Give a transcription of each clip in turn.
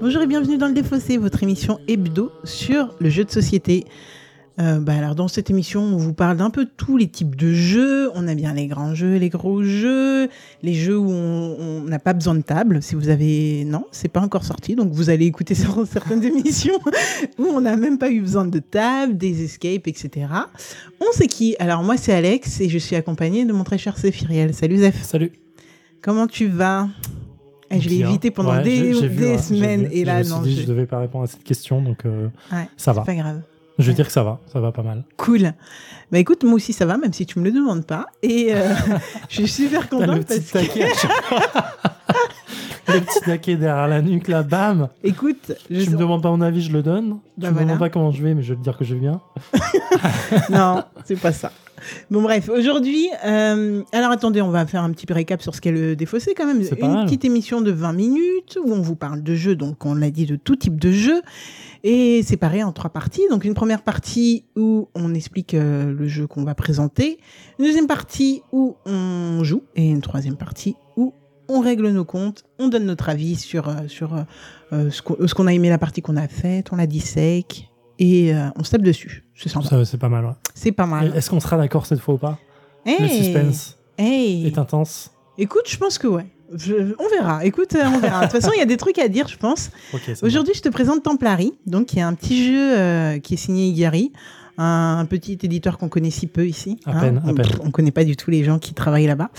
Bonjour et bienvenue dans le Défaussé, votre émission hebdo sur le jeu de société. Euh, bah alors dans cette émission, on vous parle d'un peu tous les types de jeux. On a bien les grands jeux, les gros jeux, les jeux où on on n'a pas besoin de table. Si vous avez non, c'est pas encore sorti, donc vous allez écouter sur certaines émissions où on n'a même pas eu besoin de table, des escapes, etc. On sait qui. Alors moi c'est Alex et je suis accompagnée de mon très cher Zéphiriel. Salut Zeph. Salut. Comment tu vas Eh, Je l'ai Bien. évité pendant Ouais, des, j'ai- j'ai vu, des ouais, j'ai semaines vu. et là, je me non, suis dit, je- je devais pas répondre à cette question, donc euh, Ouais, c'est ça va. pas grave. Je Ouais. vais dire que ça va, ça va pas mal. Cool. Bah écoute, moi aussi ça va, même si tu me le demandes pas. Et euh, je suis super T'as le contente petit parce que, taquet. à chaque- le petit taquet derrière la nuque, là, bam écoute, je- Tu me demandes pas mon avis, je le donne. Bah tu me voilà. demandes pas comment je vais, mais je vais te dire que je vais bien. non, c'est pas ça. Bon bref, aujourd'hui, euh, alors attendez, on va faire un petit récap sur ce qu'est le défaussé quand même. C'est pas Une mal. petite émission de 20 minutes où on vous parle de jeux, donc on l'a dit de tout type de jeu, et séparé en trois parties. Donc une première partie où on explique euh, le jeu qu'on va présenter, une deuxième partie où on joue, et une troisième partie où on règle nos comptes, on donne notre avis sur, euh, sur euh, euh, ce qu'on ce qu'on a aimé, la partie qu'on a faite, on la dissèque, et euh, on se tape dessus. C'est sympa. Ça, C'est pas mal. ouais. C'est pas mal. Est-ce qu'on sera d'accord cette fois ou pas Le Ah, Hey suspense Hey est intense. Écoute, je pense que ouais. Je- on verra. Écoute, euh, on verra. De toute façon, il y a des trucs à dire, je pense. Ok, ça va. Aujourd'hui, je te présente Templari, donc qui est un petit jeu euh, qui est signé Igari, un, un petit éditeur qu'on connaît si peu ici. hein. À peine, à on, peine. on connaît pas du tout les gens qui travaillent là-bas.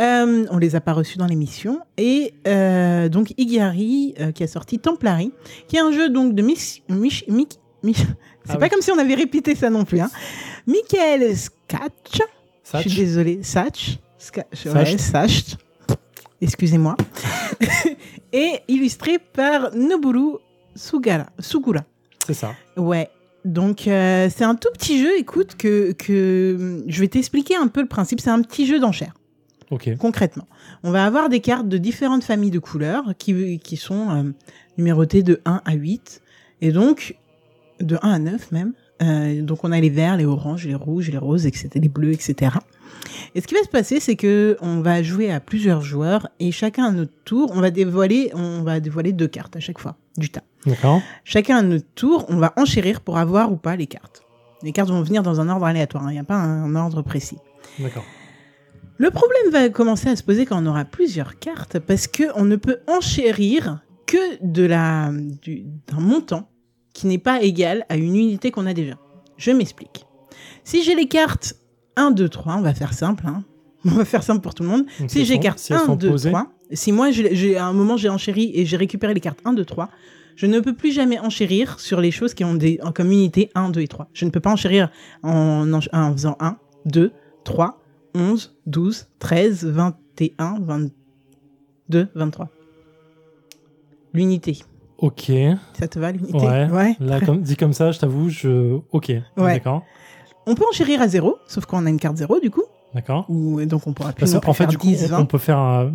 Euh, on les a pas reçus dans l'émission. Et euh, donc Igari euh, qui a sorti Templari, qui est un jeu donc de Mich... Mich... Mich... Mich- C'est Ah pas oui. comme si on avait répété ça non plus. Hein. Michael Skatch, Satch, je suis désolée. Satch. Ska- Satch. ouais, Satch. Excusez-moi. Et illustré par Noburu Sugara. Sugura. c'est ça. Ouais. Donc, euh, c'est un tout petit jeu, écoute, que, que je vais t'expliquer un peu le principe. C'est un petit jeu d'enchères, Ok. concrètement. On va avoir des cartes de différentes familles de couleurs qui, qui sont euh, numérotées de 1 à 8. Et donc, de 1 à 9 même. Euh, donc on a les verts, les oranges, les rouges, les roses, etc., les bleus, etc. Et ce qui va se passer, c'est que on va jouer à plusieurs joueurs et chacun à notre tour, on va dévoiler, on va dévoiler deux cartes à chaque fois du tas. D'accord. Chacun à notre tour, on va enchérir pour avoir ou pas les cartes. Les cartes vont venir dans un ordre aléatoire, hein, il n'y a pas un ordre précis. D'accord. Le problème va commencer à se poser quand on aura plusieurs cartes parce que on ne peut enchérir que de la du- d'un montant qui n'est pas égal à une unité qu'on a déjà. Je m'explique. Si j'ai les cartes 1 2 3, on va faire simple hein. On va faire simple pour tout le monde. Donc, Si elles j'ai sont- cartes si elles 1 sont 2 posées, 3, si moi je l'ai- j'ai à un moment j'ai enchéri et j'ai récupéré les cartes 1 2 3, je ne peux plus jamais enchérir sur les choses qui ont des en comme unité 1 2 et 3. Je ne peux pas enchérir en ench- en faisant 1 2 3 11, 12, 13, 21, 22, 23. L'unité. Ok. Ça te va, l'unité Ouais. Là, comme, dit comme ça, je t'avoue, je. Ok. D'accord. On peut enchérir à zéro, sauf qu'on a une carte zéro, du coup. D'accord. Ou, donc, on pourra plus. Parce non que, plus en fait, faire du coup, 10, on, 20. on peut faire, euh,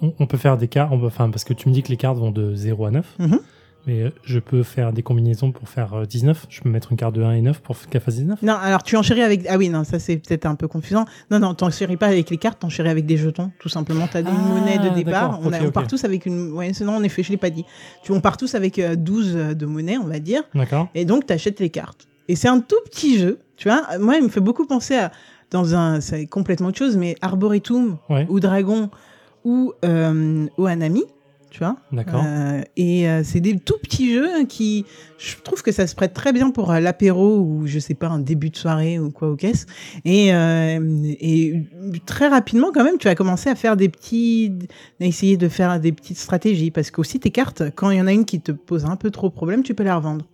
on, on peut faire des cartes. on peut- Enfin, parce que tu me dis que les cartes vont de 0 à 9. Mhm. Mais euh, je peux faire des combinaisons pour faire euh, 19. Je peux mettre une carte de 1 et 9 pour f- qu'elle fasse 19. Non, alors tu enchéris avec. Ah oui, non, ça c'est peut-être un peu confusant. Non, non, t'enchéris pas avec les cartes, t'enchéris avec des jetons, tout simplement. T'as des Ah, monnaies de départ. d'accord, On, a- ok, on part ok. tous avec une. Ouais, sinon, en effet, je l'ai pas dit. Tu, on part tous avec euh, 12 euh, de monnaie, on va dire. D'accord. Et donc, tu achètes les cartes. Et c'est un tout petit jeu, tu vois. Euh, Moi, il me fait beaucoup penser à, dans un, c'est complètement autre chose, mais Arboretum Ouais. ou Dragon ou, euh, ou Anami, tu vois. D'accord. Euh, et euh, c'est des tout petits jeux hein, qui, je trouve que ça se prête très bien pour euh, l'apéro ou je sais pas un début de soirée ou quoi au caisse. Et, euh, et très rapidement quand même, tu as commencé à faire des petits, à essayer de faire des petites stratégies parce qu'aussi tes cartes, quand il y en a une qui te pose un peu trop problème, tu peux la revendre.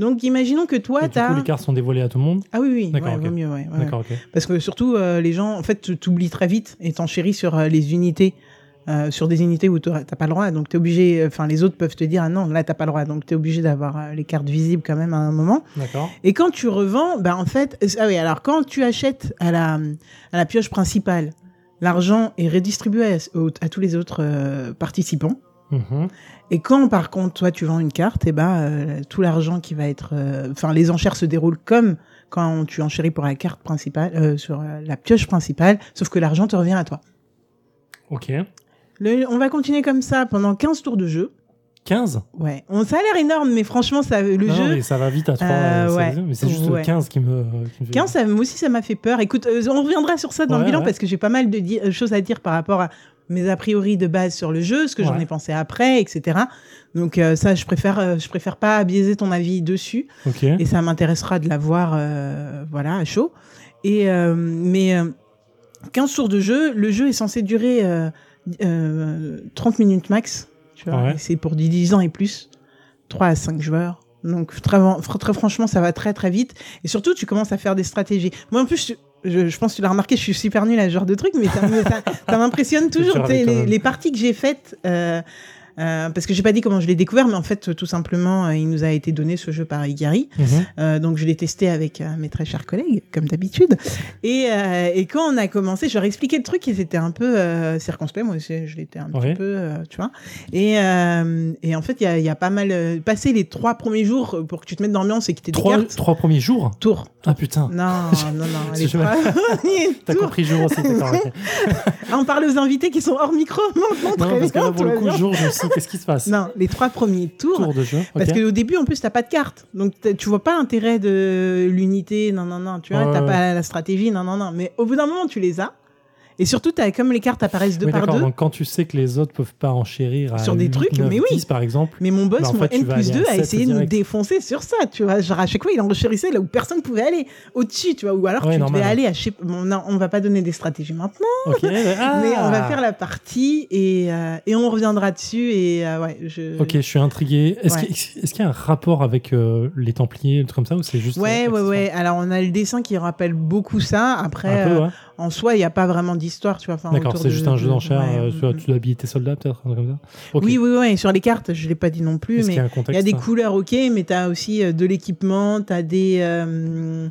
Donc imaginons que toi Et du coup, t'as les cartes sont dévoilées à tout le monde. ah oui oui, D'accord, ouais, ok. vaut mieux ouais, ouais. D'accord, ok. Parce que surtout, euh, les gens, en fait, tu- t'oublies très vite et t'enchéris sur euh, les unités, euh, sur des unités où t'auras- t'as pas le droit. Donc, t'es obligé, enfin, les autres peuvent te dire, ah non, là, t'as pas le droit. Donc, t'es obligé d'avoir euh, les cartes visibles quand même à un moment. D'accord. Et quand tu revends, bah, en fait, euh, ah oui, alors, quand tu achètes à la, à la pioche principale, l'argent est redistribué à, au- à tous les autres euh, participants. Mhm. Et quand, par contre, toi, tu vends une carte, et ben, euh, tout l'argent qui va être, euh, enfin, les enchères se déroulent comme quand tu enchéris pour la carte principale, euh, sur euh, la pioche principale, sauf que l'argent te revient à toi. Ok. Le- on va continuer comme ça pendant 15 tours de jeu. 15 Ouais. On, ça a l'air énorme, mais franchement, ça, le Non, non, jeu. mais ça va vite à 3. Euh, ouais. Mais c'est juste le Ouais. 15 qui me. qui me fait- 15, ça, moi aussi, ça m'a fait peur. Écoute, euh, on reviendra sur ça dans le Ouais, bilan ouais. parce que j'ai pas mal de di- euh, choses à dire par rapport à mes a priori de base sur le jeu, ce que j'en Ouais. ai pensé après, etc. Donc euh, ça, je préfère, euh, je préfère pas biaiser ton avis dessus Ok. et ça m'intéressera de la voir, euh, voilà, à chaud. Et euh, mais euh, 15 tours de jeu, le jeu est censé durer euh, euh, 30 minutes max, tu vois. Ouais. Et C'est pour du 10 ans et plus, 3 à 5 joueurs. Donc très, fr- très franchement, ça va très très vite. Et surtout, tu commences à faire des stratégies. Moi en plus, je, je- je pense que tu l'as remarqué, je suis super nulle à ce genre de truc, mais ça, me- ça- ça m'impressionne toujours. dur Tu sais, avec Les, toi-même. les parties que j'ai faites. euh, euh, parce que j'ai pas dit comment je l'ai découvert, mais en fait, euh, tout simplement, euh, il nous a été donné ce jeu par Igari. Mhm. Euh, donc je l'ai testé avec euh, mes très chers collègues, comme d'habitude. Et, euh, et quand on a commencé, je leur ai expliqué le truc, ils étaient un peu euh, circonspects, moi aussi je l'étais un Ouais. petit peu, euh, tu vois. Et, euh, et en fait, il y a, il y a pas mal... euh, passé les trois premiers jours euh, pour que tu te mettes dans l'ambiance et que tu Trois, cartes. trois premiers jours Tours. Ah putain. Non, non, non. Je- Les trois premiers T'as tours. compris jour aussi, t'es arrêté. Ah, on parle aux invités qui sont hors micro. Non, Non, très parce que là, bien, pour le tout va coup, bien. jour, je me suis dit, qu'est-ce qui se passe Non, les trois premiers tours. Tour de jeu. Parce ok. que au début, en plus, t'as pas de carte. Donc, t'as- tu vois pas l'intérêt de l'unité, non, non, non. Tu vois, Ouais, t'as ouais. pas la stratégie, non, non, non. Mais au bout d'un moment, tu les as. Et surtout, t'as, comme les cartes apparaissent deux Oui, par d'accord. deux. Donc quand tu sais que les autres peuvent pas enchérir à Sur des 8, trucs, 9, mais oui. 10, par exemple. Mais mon boss, Bah, en mon fait, tu N vas plus aller 2, à a sept essayé de nous direct. défoncer sur ça, tu vois. Genre, à chaque fois, il enchérissait là où personne pouvait aller. Au-dessus, tu vois. Ou alors, Ouais, tu normal. devais aller à chez. Bon, non, on va pas donner des stratégies maintenant. Ok. ah. Mais on va faire la partie et, euh, et on reviendra dessus. Et euh, ouais, je. Ok, je suis intrigué. Est-ce Ouais. qu'il est-ce qu'il y a un rapport avec euh, les Templiers, truc comme ça, ou c'est juste Ouais, euh, ouais, accessoire ouais. Alors, on a le dessin qui rappelle beaucoup ça. Après. Un peu, euh, ouais. En soi, il n'y a pas vraiment d'histoire, tu vois. enfin, D'accord, autour c'est de- juste un jeu de- d'enchères. ouais, euh, mm, tu dois- mm. tu dois habiller tes soldats, peut-être, un truc comme ça. Ok. Oui, oui, oui. Sur les cartes, je ne l'ai pas dit non plus, Est-ce qu'il mais y a un il contexte y a des hein couleurs, ok, mais tu as aussi euh, de l'équipement, tu as des. euh,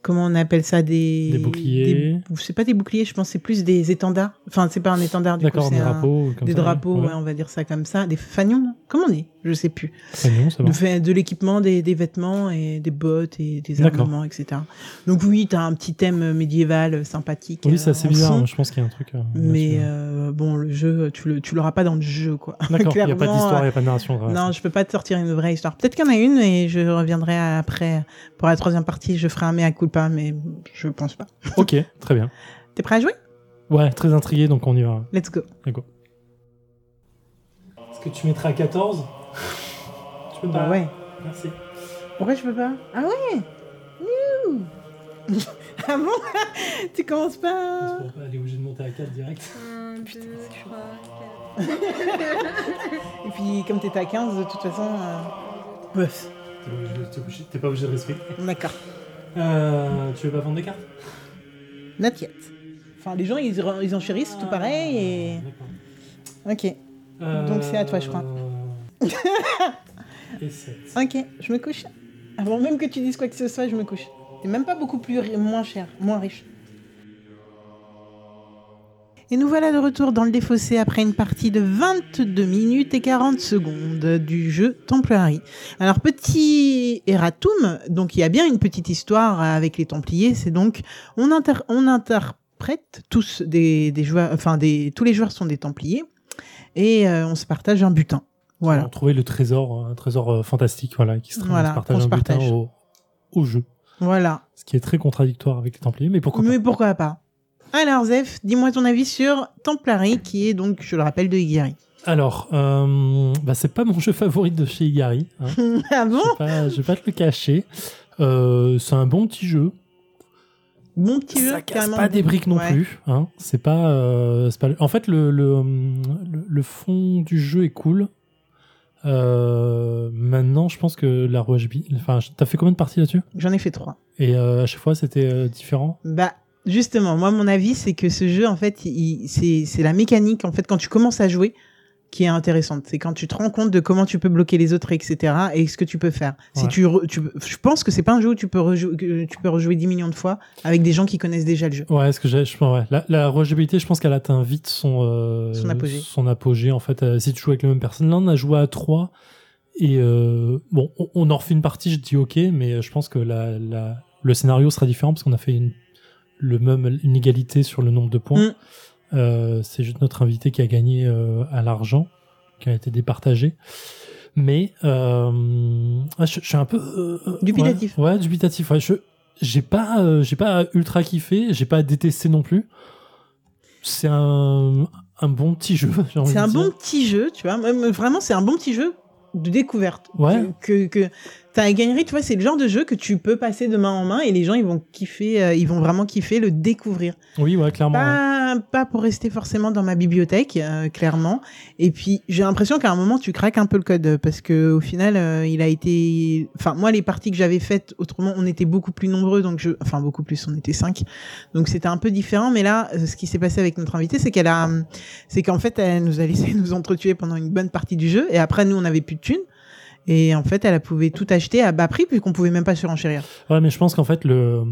comment on appelle ça Des, Des boucliers. des- C'est pas des boucliers, je pense, c'est plus des étendards. Enfin, c'est pas un étendard, du coup, D'accord, c'est des un- drapeaux. Comme Des ça, ouais. drapeaux, Ouais. ouais, on va dire ça comme ça. Des fanions, non Comment on est Je sais plus. C'est mignon, Eh ça va. De, fait- de l'équipement, des, des vêtements et des bottes et des D'accord. armements, etc. Donc oui, tu as un petit thème euh, médiéval euh, sympathique. Oui, euh, c'est assez en bizarre. fond. hein, Je pense qu'il y a un truc. euh, Mais là-dessus. euh, bon, le jeu, tu le, tu l'auras pas dans le jeu, quoi. D'accord, il n'y a pas clairement, d'histoire, il euh, n'y a pas de narration. ouais. Non, je peux pas te sortir une vraie histoire. Peut-être qu'il y en a une et je reviendrai après pour la troisième partie. Je ferai un mea culpa, mais je pense pas. Ok, très bien. T'es prêt à jouer Ouais, très intrigué, donc on y va. Let's go. Est-ce que tu mettrais à 14 Tu peux Bah ouais. Merci. Pourquoi je peux pas Ah ouais Youhou. Ah bon Tu commences pas Elle est obligée de monter à 4 direct. 1, 2, 3, 4. Et puis, comme t'étais à 15, de toute façon. euh, Bof. T'es pas obligé de respecter. D'accord. Euh, tu veux pas vendre des cartes Not yet. Enfin, les gens, ils, re- ils enchérissent tout pareil et. Euh, D'accord. Euh, Ok. Donc, c'est à toi, je crois. Et 7. Ok, je me couche. Avant même que tu dises quoi que ce soit, je me couche. C'est même pas beaucoup plus ri- moins cher, moins riche. Et nous voilà de retour dans le défaussé après une partie de 22 minutes et 40 secondes du jeu Templari. Alors petit erratum, donc il y a bien une petite histoire avec les Templiers, c'est donc on, inter- on interprète tous des, des joueurs, enfin des, tous les joueurs sont des Templiers et euh, on se partage un butin. Voilà. On trouvait le trésor, un trésor euh, fantastique, voilà, qui se, on Voilà, se partage on se un butin partage. au, au jeu. Voilà. Ce qui est très contradictoire avec les Templiers, mais pourquoi Mais pourquoi pas Alors, Zef, dis-moi ton avis sur Templari, qui est donc, je le rappelle, de Igari. pas Alors, euh, bah, c'est pas mon jeu favori de chez Igari. hein. ah bon je, vais pas, je vais pas te le cacher. Euh, c'est un bon petit jeu. Bon petit jeu, ça casse carrément. pas des briques non Ouais. plus. Hein. C'est pas, euh, c'est pas. le- En fait, le, le, hum, le- le fond du jeu est cool. Euh, maintenant, je pense que la roue HB. Enfin, je- t'as fait combien de parties là-dessus J'en ai fait trois. Et euh, à chaque fois, c'était euh, différent. Bah, justement, moi, mon avis, c'est que ce jeu, en fait, il- c'est c'est la mécanique, en fait, quand tu commences à jouer, qui est intéressante. C'est quand tu te rends compte de comment tu peux bloquer les autres, etc. et ce que tu peux faire. Si Ouais. tu, re- tu- je pense que c'est pas un jeu où tu peux, rejou- que tu peux rejouer 10 millions de fois avec des gens qui connaissent déjà le jeu. Ouais, est-ce que j'ai- je pense, ouais. La, la rejouabilité, je pense qu'elle atteint vite son, euh, Son apogée. son apogée, en fait, euh, si tu joues avec les mêmes personnes. Là, on a joué à 3. Et euh, bon, on, on en refait une partie, je dis ok, mais euh, je pense que la, la- le scénario sera différent parce qu'on a fait une, le même, une égalité sur le nombre de points. Mm. Euh, c'est juste notre invité qui a gagné euh, à l'argent. qui a été départagé. Mais euh, ah, je, je suis un peu euh, Dubitatif. Ouais, ouais, dubitatif. Ouais, je j'ai pas euh, j'ai pas ultra kiffé, j'ai pas détesté non plus. C'est un un bon petit jeu. j'ai envie C'est de un dire. bon petit jeu, tu vois. Même, euh, Vraiment, c'est un bon petit jeu de découverte. Ouais. Que, que t'as un gagnerie, tu vois, c'est le genre de jeu que tu peux passer de main en main et les gens, ils vont kiffer, euh, ils vont vraiment kiffer le découvrir. Oui, ouais, clairement. ouais. Pas, pas pour rester forcément dans ma bibliothèque, euh, clairement. Et puis, j'ai l'impression qu'à un moment, tu craques un peu le code euh, parce que au final, euh, il a été. Enfin, moi, les parties que j'avais faites, autrement, on était beaucoup plus nombreux, donc je. Enfin, beaucoup plus, on était cinq. Donc, c'était un peu différent. Mais là, euh, ce qui s'est passé avec notre invitée, c'est qu'elle a. hum, C'est qu'en fait, elle nous a laissé nous entretuer pendant une bonne partie du jeu. Et après, nous, on n'avait plus de thunes. Et en fait, elle a pouvait tout acheter à bas prix, puisqu'on pouvait même pas se renchérir. Ouais, mais je pense qu'en fait le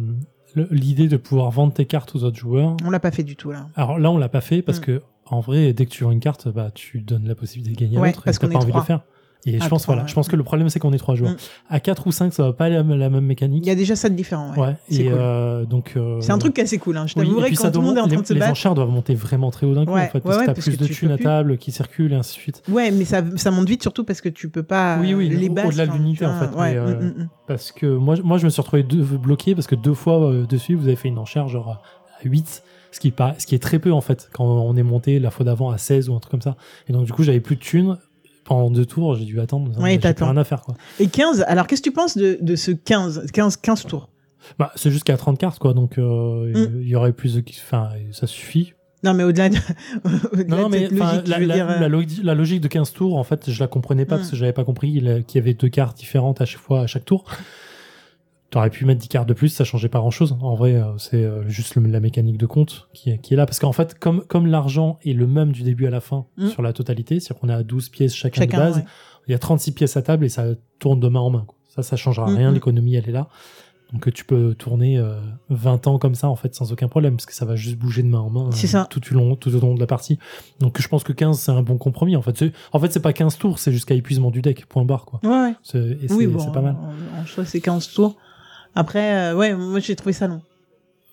le- l'idée de pouvoir vendre tes cartes aux autres joueurs. On l'a pas fait du tout, là. Alors là, on l'a pas fait parce Mm. que en vrai, dès que tu vends une carte, bah tu donnes la possibilité de gagner à Ouais, l'autre et parce t'as qu'on pas est envie de trois. le faire. Et Ah, je pense trois, voilà, ouais. je pense que le problème c'est qu'on est trois joueurs. Mm. À 4 ou 5, ça va pas la, la même mécanique. Il y a déjà ça de différent. ouais. Ouais, c'est et cool. euh, donc euh, C'est un truc assez cool. Hein. Je oui, et t'avouerai puis quand ça tout le monde est doit- en train les, de se les battre. enchères doivent monter vraiment très haut d'un coup Ouais, en fait ouais, parce que ouais, t'as parce plus que de tu thunes peux à plus. table qui circulent et ainsi de suite Ouais, mais ça, ça monte vite surtout parce que tu peux pas Oui, oui, les au- bases. au-delà de enfin, l'unité, en tu vois, fait, ouais, mais, euh, mm, mm, mm. parce que moi je- moi je me suis retrouvé deux, bloqué parce que deux fois euh, de suite vous avez fait une enchère genre à 8 ce qui paraît- ce qui est très peu en fait quand on est monté la fois d'avant à 16 ou un truc comme ça et donc du coup j'avais plus de thunes pendant deux tours j'ai dû attendre Ouais, j'ai plus t'attends. rien à faire quoi Et 15, alors qu'est-ce que tu penses de, de ce 15, 15, 15 tours bah c'est jusqu'à 30 cartes quoi donc euh, il Mm. y aurait plus de enfin ça suffit Non, mais au-delà de, au-delà Non, de mais cette enfin, logique, la, je veux la- dire. euh, la logi- la logique de 15 tours, en fait, je la comprenais pas Mm. parce que j'avais pas compris la- qu'il y avait deux cartes différentes à chaque fois, à chaque tour. T'aurais pu mettre 10 cartes de plus, ça changeait pas grand chose. En vrai, euh, c'est euh, juste le- la mécanique de compte qui, est- qui est là. Parce qu'en fait, comme, comme l'argent est le même du début à la fin Mm. sur la totalité, c'est-à-dire qu'on a 12 pièces chacun, chacun, de base, ouais. il y a 36 pièces à table et ça tourne de main en main. quoi. Ça, ça changera Mm, rien, mm. l'économie, elle est là. Donc euh, tu peux tourner euh, 20 ans comme ça, en fait, sans aucun problème, parce que ça va juste bouger de main en main euh, C'est ça. Tout, au long, tout au long de la partie. Donc je pense que 15, c'est un bon compromis, en fait. C'est- En fait, c'est pas 15 tours, c'est jusqu'à épuisement du deck, point barre, quoi. Ouais, ouais. C'est- Et c'est Oui, bon, c'est pas mal. En, en soi, c'est 15 tours. Après, euh, ouais, moi j'ai trouvé ça long.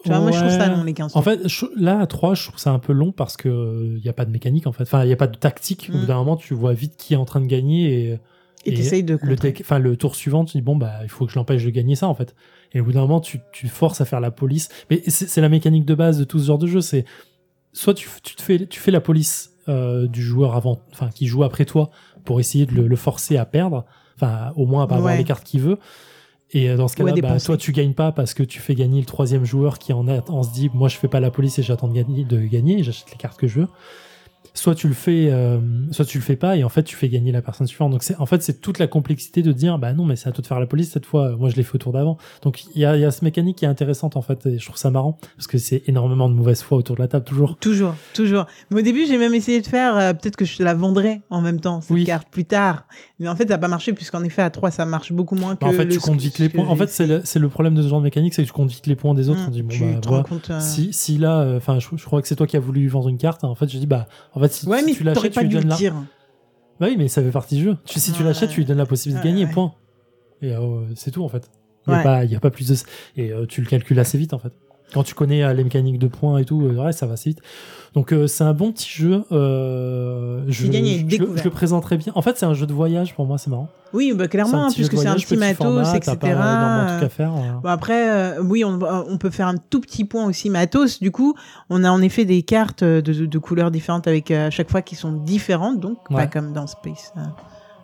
Tu vois, moi je trouve Ouais. ça long, les 15 tours. En fait, je- là, à 3, je trouve ça un peu long parce que il n'y a pas de mécanique, en fait. Enfin, il n'y a pas de tactique. Au bout Mm. d'un moment, tu vois vite qui est en train de gagner et euh, et et t'essayes de. le contrer. deck, enfin le tour suivant, tu dis bon bah il faut que je l'empêche de gagner ça en fait. Et au bout d'un moment, tu, tu forces à faire la police. Mais c'est c'est la mécanique de base de tout ce genre de jeu, c'est soit tu, tu te fais tu fais la police euh, du joueur avant, enfin qui joue après toi pour essayer de le, le forcer à perdre, enfin au moins à pas avoir Ouais. les cartes qu'il veut. Et euh, dans ce Ou à cas-là, bah, dépenser. toi tu gagnes pas parce que tu fais gagner le troisième joueur qui en, a, en se dit moi je fais pas la police et j'attends de gagner, de gagner, et j'achète les cartes que je veux soit tu le fais euh, soit tu le fais pas et en fait tu fais gagner la personne suivante donc c'est en fait c'est toute la complexité de dire bah non mais c'est à toi de faire la police cette fois moi je l'ai fait au tour d'avant donc il y a, il y a ce mécanique qui est intéressante en fait et je trouve ça marrant parce que c'est énormément de mauvaise foi autour de la table toujours Toujours, toujours. Mais au début, j'ai même essayé de faire, euh, peut-être que je te la vendrais en même temps, cette Oui. carte, plus tard. Mais en fait, ça n'a pas marché, puisqu'en effet, à 3, ça marche beaucoup moins que. Bah, en fait le tu sc- comptes vite les que points en j'ai fait c'est le, c'est le problème de ce genre de mécanique c'est que tu comptes vite les points des autres Mm, on dit bon tu bah te voilà. rends compte, euh, si, si là euh, enfin je, je crois que c'est toi qui as voulu lui vendre une carte en fait je dis bah en fait si, Ouais, si mais tu t'aurais l'achètes tu pas lui dû le donnes la dire. bah oui mais ça fait partie du jeu tu, si tu Ouais. l'achètes tu lui donnes la possibilité de Ouais, gagner ouais. point et euh, c'est tout en fait il n'y Ouais. a, pas- y a pas plus de ça. Et euh, tu le calcules assez vite, en fait. Quand tu connais euh, les mécaniques de points et tout, euh, ouais, ça va assez vite. Donc, euh, c'est un bon petit jeu. euh, je, Tu gagnes une je le- découverte. je le présenterais bien. En fait, c'est un jeu de voyage pour moi, c'est marrant. Oui, bah, clairement, hein, jeu de puisque c'est un voyage, petit matos, format, etc. T'as pas euh, énormément de trucs à faire. euh. Bon, après, euh, oui, on, euh, on peut faire un tout petit point aussi matos. Du coup, on a en effet des cartes euh, de, de couleurs différentes avec euh, à chaque fois qui sont différentes, donc pas Ouais. comme dans Space euh,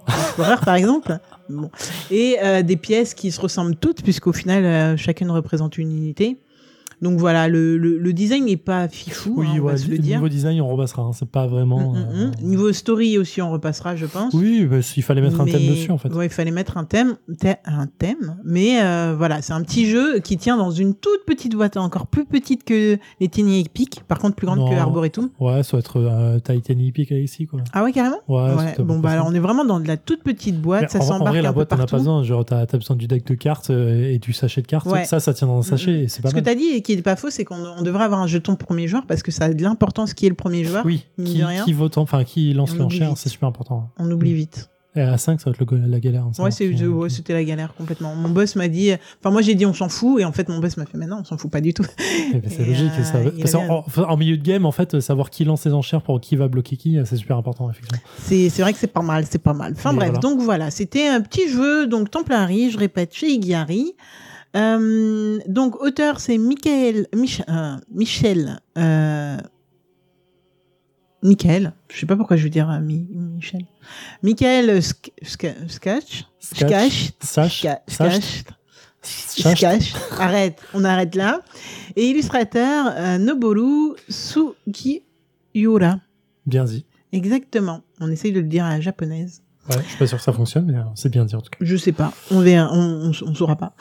Explorer par exemple. Bon. Et euh, des pièces qui se ressemblent toutes, puisqu'au final, euh, chacune représente une unité. Donc voilà, le, le- le design n'est pas fifou, oui, hein, on ouais, va se le dire. niveau design, on repassera. hein, c'est pas vraiment. Mm, mm, euh, mm. Niveau story aussi, on repassera, je pense. Oui, bah, il fallait mettre un thème Mais- dessus, en fait. ouais, il fallait mettre un thème, thè- un thème. Mais euh, voilà, c'est un petit jeu qui tient dans une toute petite boîte, encore plus petite que les Tiny Epic, par contre plus grande que Non. Arboretum. Ouais, ça va être euh, Titan Epic ici, quoi. Ah ouais, carrément Ouais, c'est à peu Bon, bah près ça. alors on est vraiment dans de la toute petite boîte, Mais ça en, en s'embarque vrai, la un peu boîte, on n'a partout. pas besoin. Genre, t'as t'as besoin du deck de cartes euh, et du sachet de cartes. Ouais. Ça, ça tient dans un sachet et c'est pas Ce que mal. tu as dit et qui n'est pas faux, c'est qu'on on devrait avoir un jeton premier joueur parce que ça a de l'importance qui est le premier joueur. Oui, mine qui, de rien. qui vote, en- enfin, qui lance Et on oublie l'enchère, vite. c'est super important. On oublie vite. Et à 5, ça va être le, go- la galère. hein, ça Ouais, marche, c'est- hein. ouais, c'était la galère complètement. Mon boss m'a dit, enfin moi j'ai dit on s'en fout et en fait mon boss m'a fait mais non on s'en fout pas du tout. Eh ben, c'est Et, logique. euh, ça. il Parce avait qu'en- en, en milieu de game, en fait, savoir qui lance les enchères pour qui va bloquer qui, euh, c'est super important, effectivement. C'est c'est vrai que c'est pas mal, c'est pas mal. Enfin bref, Mais voilà. donc voilà, c'était un petit jeu donc Templari, je répète chez Igari. Euh, donc auteur c'est Michael Mich- euh, Michel euh, Michael, je sais pas pourquoi je veux dire euh, Mi- Michel. Michael Sk- Sk- Skach Skach Sache. Ska- Sache. Skach Sache. Skach. Arrête, on arrête là. Et illustrateur euh, Noboru Sugiura. Bien dit. Exactement. On essaye de le dire à la japonaise. Ouais, je suis pas sûr que ça fonctionne, mais euh, c'est bien dit en tout cas. Je sais pas, on verra, on, on- on saura pas.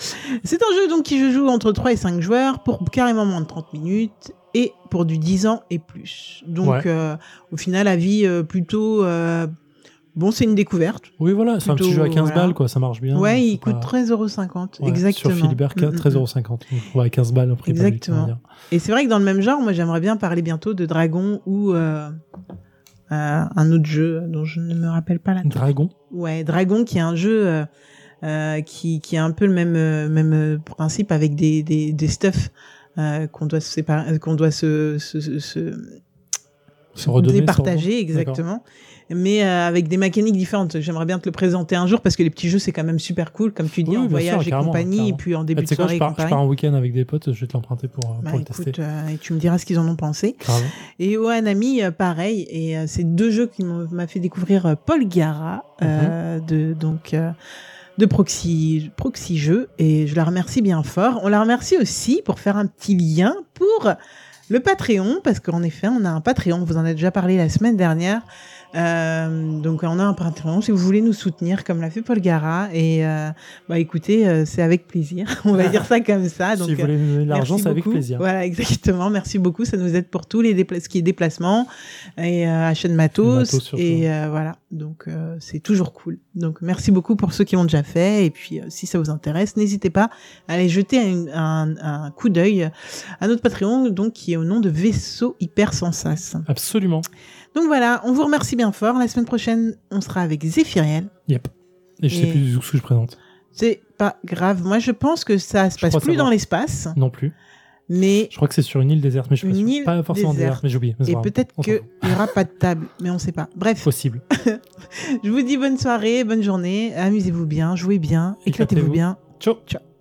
C'est un jeu donc qui se joue entre 3 et 5 joueurs pour carrément moins de 30 minutes et pour du 10 ans et plus. Donc Ouais. euh, au final, avis euh, plutôt euh, bon, c'est une découverte. Oui, voilà, c'est un Plutôt, petit jeu à 15 voilà. balles, quoi, ça marche bien. ouais, il C'est pas- coûte 13,50€. Ouais, exactement. Sur Philibert, Mm, mm, mm. 13,50€. Ouais, 15 balles, un prix pas Exactement. du tout, on va dire. Et c'est vrai que dans le même genre, moi j'aimerais bien parler bientôt de Dragon ou euh, euh, un autre jeu dont je ne me rappelle pas la Dragon. Ouais, Dragon qui est un jeu euh, euh, qui, qui a un peu le même, euh, même euh, principe avec des, des, des stuffs euh, qu'on doit se séparer, euh, qu'on doit se, se, se, se Se redonner, se départager revendre. exactement, mais euh, avec des mécaniques différentes. J'aimerais bien te le présenter un jour parce que les petits jeux c'est quand même super cool, comme tu dis Oui, en bien sûr, voyage et carrément, compagnie, carrément. et puis en Ah, début tu de sais quoi, soirée je et pars, je compagnie. pars en week-end avec des potes, je vais te l'emprunter pour, euh, Bah, pour le écoute, tester. euh, et tu me diras ce qu'ils en ont pensé. Grave. Et Oanami, euh, pareil. Et euh, c'est deux jeux qui m'ont- m'a fait découvrir euh, Paul Gara euh, Mhm. de donc euh, de Proxy Proxy Jeux. Et je la remercie bien fort. On la remercie aussi pour faire un petit lien pour le Patreon parce qu'en effet, on a un Patreon. Vous en avez déjà parlé la semaine dernière. Euh, donc on a un Patreon si vous voulez nous soutenir comme l'a fait Paul Gara et euh, bah écoutez euh, c'est avec plaisir on va dire ça comme ça ah, donc euh, si vous voulez nous donner de l'argent, Merci c'est avec beaucoup. plaisir. Voilà, exactement. Merci beaucoup. Ça nous aide pour tous les déplacements, qui est déplacement et euh, achat de matos. Matos, surtout. et euh, voilà. Donc, euh, c'est toujours cool. Donc, merci beaucoup pour ceux qui l'ont déjà fait. Et puis, euh, si ça vous intéresse, n'hésitez pas à aller jeter un, un- un coup d'œil à notre Patreon, donc, qui est au nom de Vaisseau Hyper Sensas. Absolument. Donc, voilà. On vous remercie bien fort. La semaine prochaine, on sera avec Zéphiriel. Yep. Et je Et- sais plus du tout ce que je présente. C'est pas grave. Moi, je pense que ça se Je passe crois plus savoir. dans l'espace, Non plus. mais Je crois que c'est sur une île déserte, mais je suis pas Une sûr. île Pas forcément déserte. déserte, mais j'ai oublié. mais c'est Et pas grave. peut-être On s'en qu'il fout. n'y aura pas de table, mais on ne sait pas. Bref, Possible. je vous dis bonne soirée, bonne journée, amusez-vous bien, jouez bien, éclatez-vous Éclatez-vous. bien. Ciao. Ciao.